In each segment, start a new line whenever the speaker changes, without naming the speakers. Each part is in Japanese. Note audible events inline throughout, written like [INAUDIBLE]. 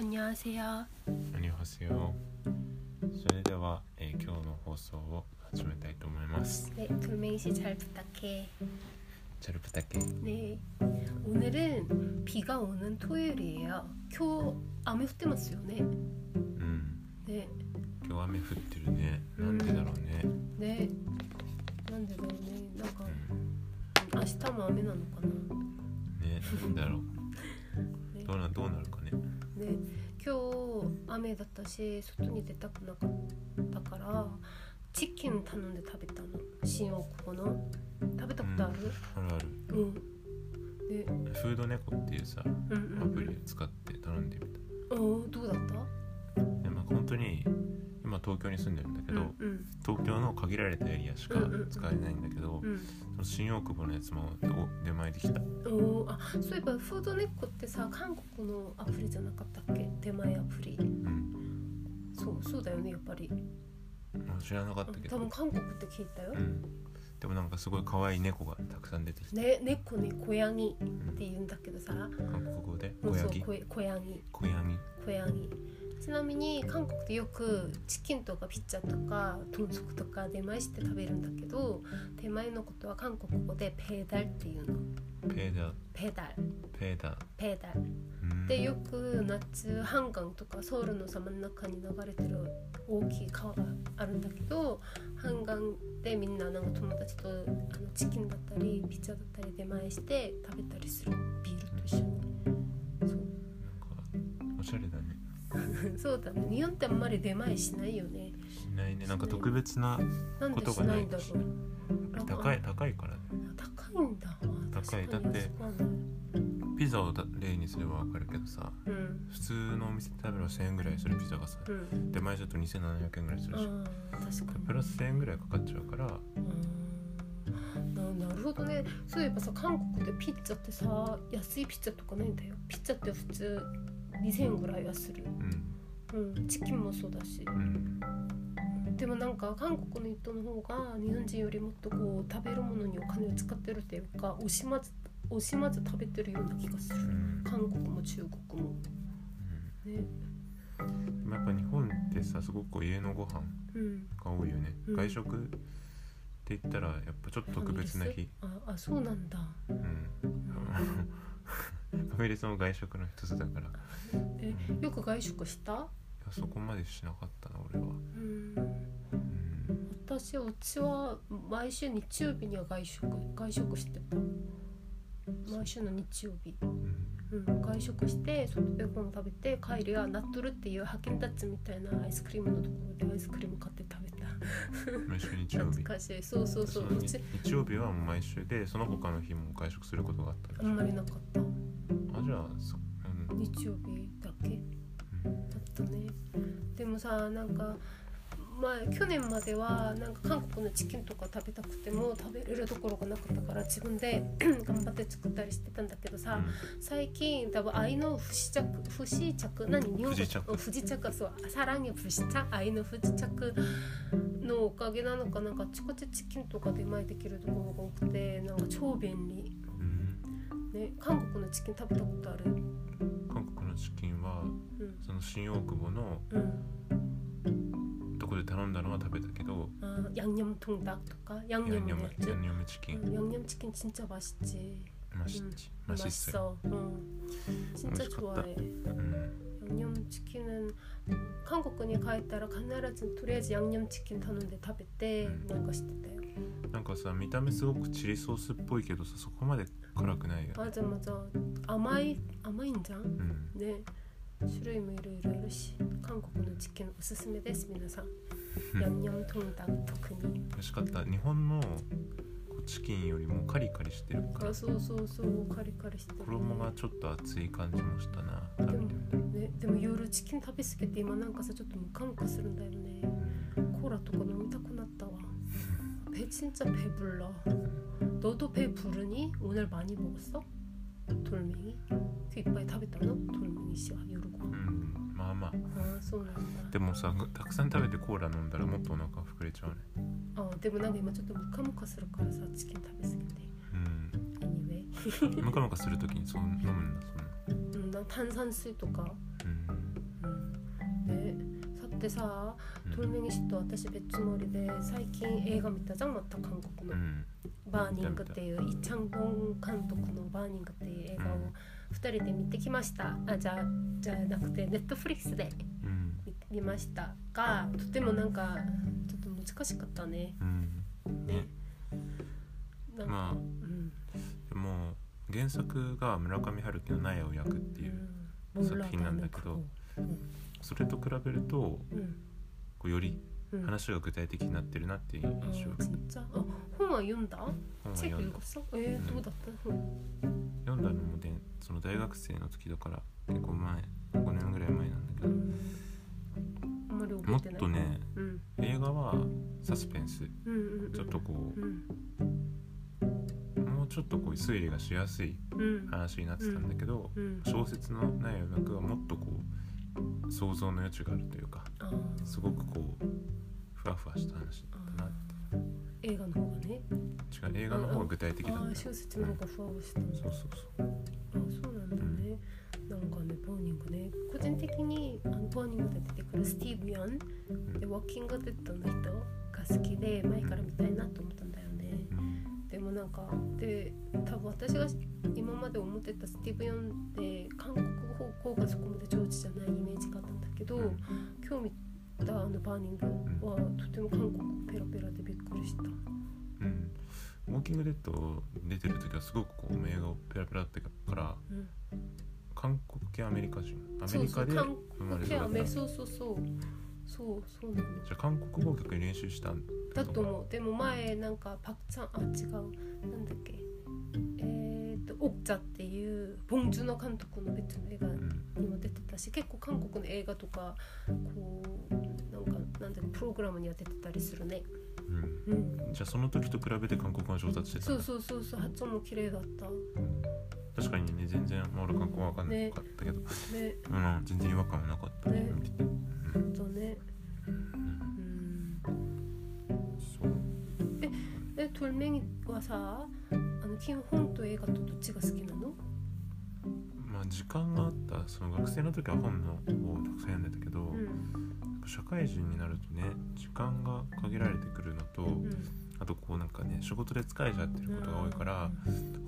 にゃせや
こんにちは。それでは、えー今日の放送を始めたいと思います。
네 돌멩이씨 잘 부탁해
잘 부탁해.
네 오늘은 비가 오는 토요일이에요 교 아무 후때 맞어요 네
うん。
네,
今日雨降ってるね。なんでだろうね。う
네 난데 너네 나가
ん。
아시타 마음이 나는거나
ね、なんだろう。
[LAUGHS] ね
どうなどうなるかね。
네 교, 아메 다다시 소돈이 됐다 끝났다 가라 치킨 탔는데 다 뱉다 너 시어 구거너 다 뱉다
음.
다
あるある。
응. 네,
フードネコっていうさ、ア
응, 응,
プ
응.
リ使って頼んでみた。
어, 누구 났다?
でまあ本当に今東京に住んでるんだけど、
응, 응,
東京の限られたエリアしか
うんうんうん
使えないんだけど、
응.
その新大久保のやつもお出前できた。
오, 아, 소이바 후드네코 때사 한국어 아프리잖아 깝다게 대마의 아프리
うん。
소, 소다요네 옆발이
あ知らなかったけど。
다음 한국 그때 기했다요?
うん、でもなんかすごい可愛い猫がたくさん出てきて、
내 네코네 고양이
う
っ
ん
て言うんだけどさ、
韓国語で
も
小
うそ
ヤ
う
ギ
こ小ヤギ、
小ヤギ
小ヤギ。ちなみに韓国でよくチキンとかピッツァとか豚足とか出前して食べるんだけど、出前のことは韓国語でペダルっていうの。
ペーダー
ペダル、
ペーダー
ペダル。
うん
でよく夏ハンガンとかソウルのさ真ん中に流れてる大きい川があるんだけどハンガンでみんななんか友達とあのチキンだったりピッツァだったり出前して食べたりするビールと一緒にそ
なん
う
かおしゃれだね
そう [LAUGHS] だね日本ってあんまり出前しないよね
しないねなんか特別な
なん
こ
で
と
し
が
な
ないい
んだろうなんか
高い高いからね
高いんだ
高い
確かに
だって
安くはない
ピザをだ例にすればわかるけどさ
うん
普通のお店で食べれば1000円ぐらいするピザがさ
うん
出前すると2700円ぐらいするし
あー確かに
プラス1000円ぐらいかかっちゃうから
ななるほどねそういえばさ韓国でピッツァってさ安いピッツァとかないんだよピッツァって普通2000円ぐらいはする、
うん
うん、チキンもそうだし
うん
でもなんか韓国の人の方が日本人よりもっとこう食べるものにお金を使ってるというか惜しまず惜しまず食べてるような気がす
う
る
ん
韓国も中国もね
うんでもやっぱ日本ってさすごく家のご飯
うん
が多いよね、
うん
外食って言ったらやっぱちょっと特別な日
ああそうなんだ
うん [LAUGHS] ファミレスも外食の一つだからい
えよく外食した
やそこまでしなかったな俺は、
うん
うん、
私うちは毎週日曜日には外食外食してた毎週の日曜日、うん、外食してソフトベコン食べて帰りはナットルっていうハケンダッツみたいなアイスクリームのところでアイスクリーム買って食べた
うん毎週日曜日
懐かしい [LAUGHS] そうそうそう
の
う
日
ち
日曜日はもう毎週でその他の日も外食することがあったで
あ
しょ
んまりなかった
あじゃあそうん
日曜日だけ
うん
だったねでもさなんか前去年まではなんか韓国のチキンとか食べたくても食べれるところがなかったから自分で [CLEARS THROAT] 頑張って作ったりしてたんだけどさ、最近多分愛の不時着不時着何日本語
不時着
うん不時着そうさらに不時着愛の不時着のおかげなのかなんかあちこちチキンとか出前できるところが多くてなんか超便利
うん
ね韓国のチキン食べたことある
うん韓国のチキンは
うん
その新大久保の
うん
とこで頼んだのは食べたけど
あーヤンニョムトンダクとかヤンニ
ヤ
ョ
ンニョ
ムのや
ム
つ
ヤンニョムチキン
응, 양념치킨 진짜 맛있지.
맛있
음,
지맛있어요
맛있어. 응. 진짜
맛있겠다.
좋아해.
음
양념치킨은 한국군이 가했다라 가나라진 토리아지 양념치킨 타는데 답했대.
음.
뭔가 싶대요.
なんかさ見た目すごくチリソースっぽいけどさそこまで辛くないよ、
맞아 맞아. 아마이 아마인장.
うん、
네. 種類もいろいろあるし 한국군의 치킨 おすすめです皆さん 양념통닭 特に
美味しかった日本のこうチキンよりもカリカリしてるから
あそうそうそうカリカリしてる
衣がちょっと厚い感じもしたな食べてみたら、
ね、でも夜チキン食べ過ぎて今なんかさちょっとムカムカするんだよねコーラとか飲みたくなったわ배 진짜 배불러 너도 배 부르니? 오늘 많이 먹었어? 돌멩이? 그 이빨에 다 뱉다 너? 돌멩이 씨와 요르고
うん、うん、まあまあ
아 소나다
でもさたくさん食べてコーラ飲んだらもっとお腹膨れちゃうね
어, 근데 뭔가 이마 좀더 무카무카するからさ 치킨 食べ過ぎて anyway 음,
うんムカムカするときにそう飲むんだそんな
난 탄산수とか
うん
ってさ
うん
네. 돌멩이シと私別盛りで最近映画見たじゃんまた韓国の、
うん
バーニングっていうイチャンボン監督のバーニングっていう映画を
うん
2人で見てきましたあじゃじゃなくてネットフリックスで
うん
見見ましたがとてもなんかちょっと難しかったね
うんね
なんか、
ま
うん
あもう原作が村上春樹の「納屋を焼く」っていう
うん
作品なんだけどそれと比べると
うん
こうより
うん
話が具体的になってるなっていう
あ
印象
진짜 어, 홍어 윤다?
本を
책
読んだ
읽었어? 에,
음.
또 났다. 응.
読んだのもでその大学生の時だから結構前5年ぐらい前なんだけ
음. 아んまり
ども
覚
っ
えてない
とね
うん
映画はサスペンス
うんうんうん
ちょっとこ
うん
うもうちょっとこう推理がしやすい
うん
話になってたんだけど
うん
小説の内容役はもっとこう想像の余地があるというか
あ
すごくこうふわふわした話だったな
ー映画の方がね
違う映画の方が具体的だった
あ
そ
あ
う
小説の方がふわふわしたんだ
そうそう
あそうなんだね、なんかねバーニングね個人的にあのバーニングで出てくるスティーブ・ヤンでウォーキングデッドの人が好きで前から見たいなと思ったんだよね
うん
でもなんかで多分私が今まで思ってたスティーブ・ヤンって韓国方向がそこまで上手じゃないイメージがあったんだけど、
うん
今日見たあのバーニングはとても韓国ペラペラでびっくりした
うんウォーキングデッド出てる時はすごくこう映画をペラペラだってから
うん
韓国系アメリカ人ア
そ
メ
う
リ
そ
カ
う
で
韓
生まれ
国
育
系
った
ア
んだ
メ
じ
そうそうそうそうそうなの
ゃあ韓国語を逆に練習したん
だと思うでも前なんかパクちゃんあ違うなんだっけえー、とオクチャっていうボンジュの監督の別の映画
うん
にも出てたし結構韓国の映画とかこうなんかなんだろうプログラムには出てたりするね
うん
うん
じゃあその時と比べて韓国語が上達してたん
そ
だ
うそうそうそう発音も綺麗だった
うん確かにね全然まあ俺韓国語わかんなかったけど、
ね
うん、全然違和感はなかった、
ね
見ててうん
だね
うん
うん
そう
え돌멩이はさあの基本と映画とどっちが好きなの
まあ時間があったその学生の時は本のをたくさん読んでたけど、
うん
社会人になるとね時間が限られてくるのと、
うん
あとこうなんかね仕事で疲れちゃってることが多いから、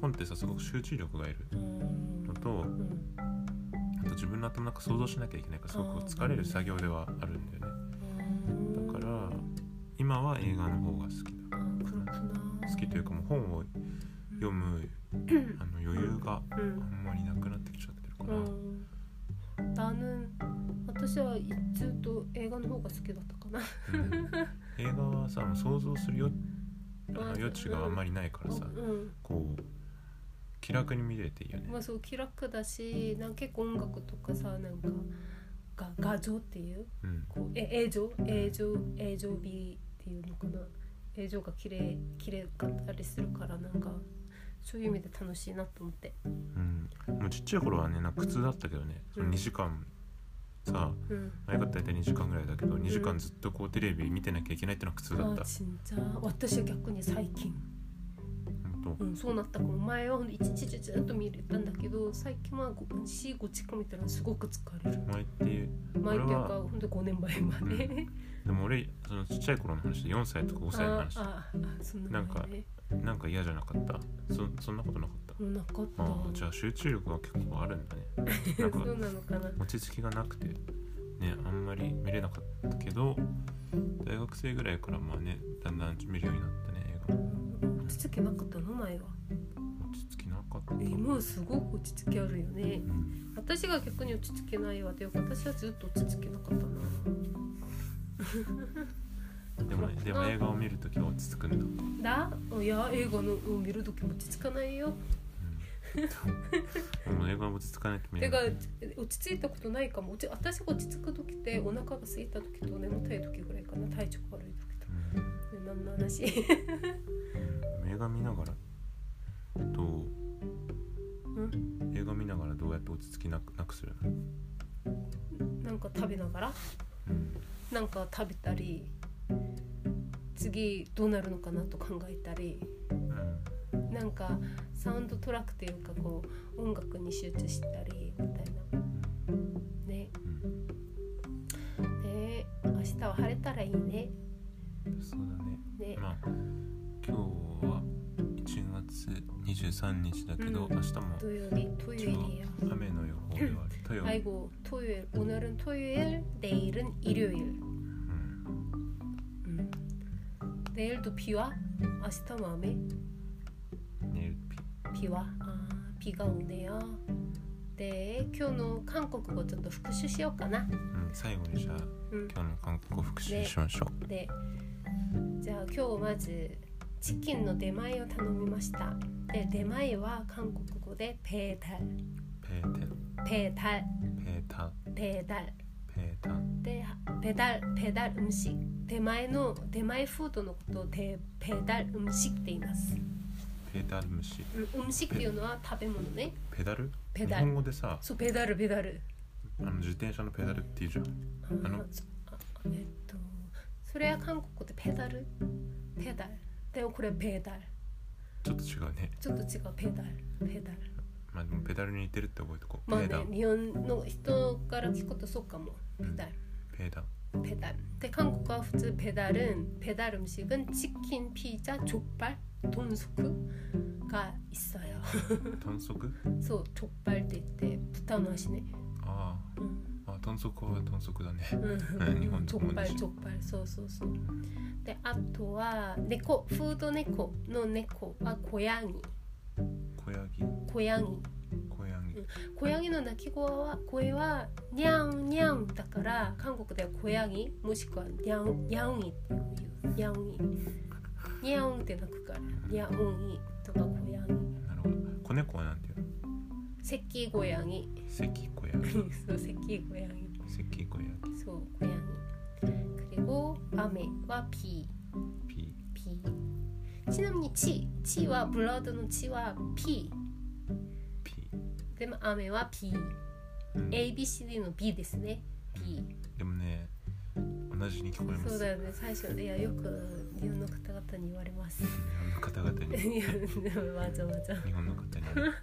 本ってさすごく集中力がいる
うん
のと
うん
あと自分の頭の中想像しなきゃいけないからすごく疲れる作業ではあるんだよね
う
だ
ん
から今は映画の方が好きだ
あー그렇구나
好きというかもう本を読むあの余裕が
う
あ
ん
んまりなくなってきちゃってるか
う
な、
ん 나는私は一中と映画の方が好きだったか
[LAUGHS] う
な。
ん映画はさもう想像するよあの余地があんまりないからさ
うん、
こう気楽に見れていいよね
まあそう気楽だし、なんか結構音楽とかさなんかが画像っていう
うん
こうえ映像映像映像美っていうのかな映像が綺麗綺麗かったりするからなんかそういう意味で楽しいなと思って。
うん、もうちっちゃい頃はねなんか苦痛だったけどね、その
うん
2時間さ
うん。
前が大体2時間ぐらいだけど2時間ずっとこうテレビ見てなきゃいけないってのは苦痛だっ
あ
た、
진짜私は逆に最近。
ほんと
うん、そうなったかも前は一日中ずっと見れたんだけど最近は45時間見たらすごく疲れる
前っていう
前っていうか
俺は
ほんと5年前まで、
でも俺そのちっちゃい頃の話で4歳とか5歳の
あ
話
ああそんな前ね
なんか嫌じゃなかったそそんなことなかった
もうなかった
ああじゃあ集中力が結構あるんだねなんか
[LAUGHS] そうなのかな
落ち着きがなくてねあんまり見れなかったけど大学生ぐらいからまあねだんだん見るようになったね映
落ち着けなかったの前は
画落ち着きなかった、
え今はすごく落ち着きあるよね
うん
[LAUGHS] 私が逆に落ち着けないわで私はずっと落ち着けなかったな
でもでも映画を見るときは落ち着くんだ、うん
だいや映画のを見る時も落ち着かないよ [LAUGHS]
でも映画は落ち着かないと見れ
てか
ない
落ち着いたことないかも落ち私が落ち着く時ってお腹が空いた時と眠たい時ぐらいかな体調悪い時と
うん
ね何の話 [LAUGHS]
うん映画見ながらどう映画見ながらどうやって落ち着きなくなくするの、
なんか食べながら
うん
なんか食べたり次どうなるのかなと考えたり
うん
なんかサウンドトラックというかこう音楽に集中したりみたいなね
うん
ね日は晴れたらいいね
そうだね
ね
まあ今日は1月23日だけど、
うん
明日も
토요일이 토요일이에요
좀雨の予報ではある토요일
아이고 토요일 오늘은 토요일 내일은 일요일
うん、
음. 내일도 비와? 아시타 마음에
寝るピ
비와 아 비가 오네요 네 쿄노 한국어 좀더 후쿠시 시오까나
うん、最後にじゃあ
음.
今日の韓国語復習しましょう、
네 자, 今日まずチキンの出前を頼みました。 네, 出前は 한국어로 배달,
ペーテン
배달,
ペータン
배달.
ペータン
네, 배달, 배달 음식. 出前の出前 푸드のこと 대- 배달 음식って言います.
ペータル虫
음, 음식っていうのは 食べ物ね.
ペダル
ペダル
日本語でさ
소 배달을 배달을.
あの自転車のペダルって言うじゃん
아,
나는-
소- 아, 아, 에또. 소래야 한국어로 배달을 배달. 네, 그래 배달.
ちょっと違うね
ちょっと違う 배달, 배달.
まあでもペダルに似てるって覚えとこう
まあ
ペ
ね
ーダン、
日本の人から聞くとそうかも。ペダル、
ペーダン
ペダル。で、韓国は普通ペダルン、ペダル음식은チキン、ピザ、족발돈소쿠가있어요。 [LAUGHS]
短足
そう、족발って言って豚の足ね。
あ
うん、
ああ短足は短足だね
うん、
日本
족발족발そうそうそう。で、あとは猫、フード猫の猫は고양이、
小ヤギ
고양이。
小ヤギ
고양이の鳴き声は声はにゃんにゃんだから韓国では고양이もしくはにゃんにゃんいっていうにゃんいにゃんって鳴くからにゃんいとか고양이
なるほど子猫はなんていうの
새끼고양이
関小ヤギ
[LAUGHS] そう새끼고양이
関小ヤ
そう고양이그리고밤에は비
ギピ
비ちなみに치血はブラッドの血は피
ピ
でも雨は비
うん
ABCD の B ですね B
でもね同じに聞こえま
そう
す
だよね最初いやよく日本の方々に言われます。
日本の方々に
いや [LAUGHS] 맞아맞아
日本の方に
맞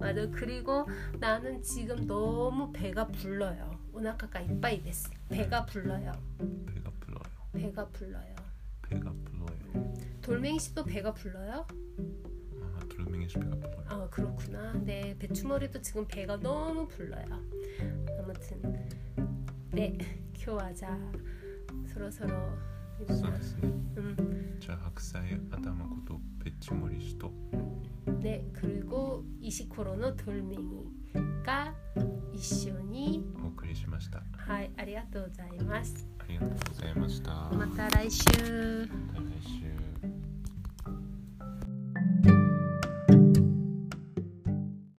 아그리고나는지금너무배가불러요오나카가いっぱいです배가불러요
ペガプロよ
배가불러요
ペガプロよ
돌멩이씨도배가불러요
あトルミゲシペガプロよ
아 그렇구나. 네 배추머리도 지금 배가 너무 불러요. 아무튼 네 교화자 서로 서로
そうですね
음.
じゃあ白菜頭ことペッチモリシと
네, 그리고 이시코로노 돌멩이가 이쇼니 아,
お送りしました
하이 아리가또 고자이마스.
어, ありがとうございましたま
また来週
た来週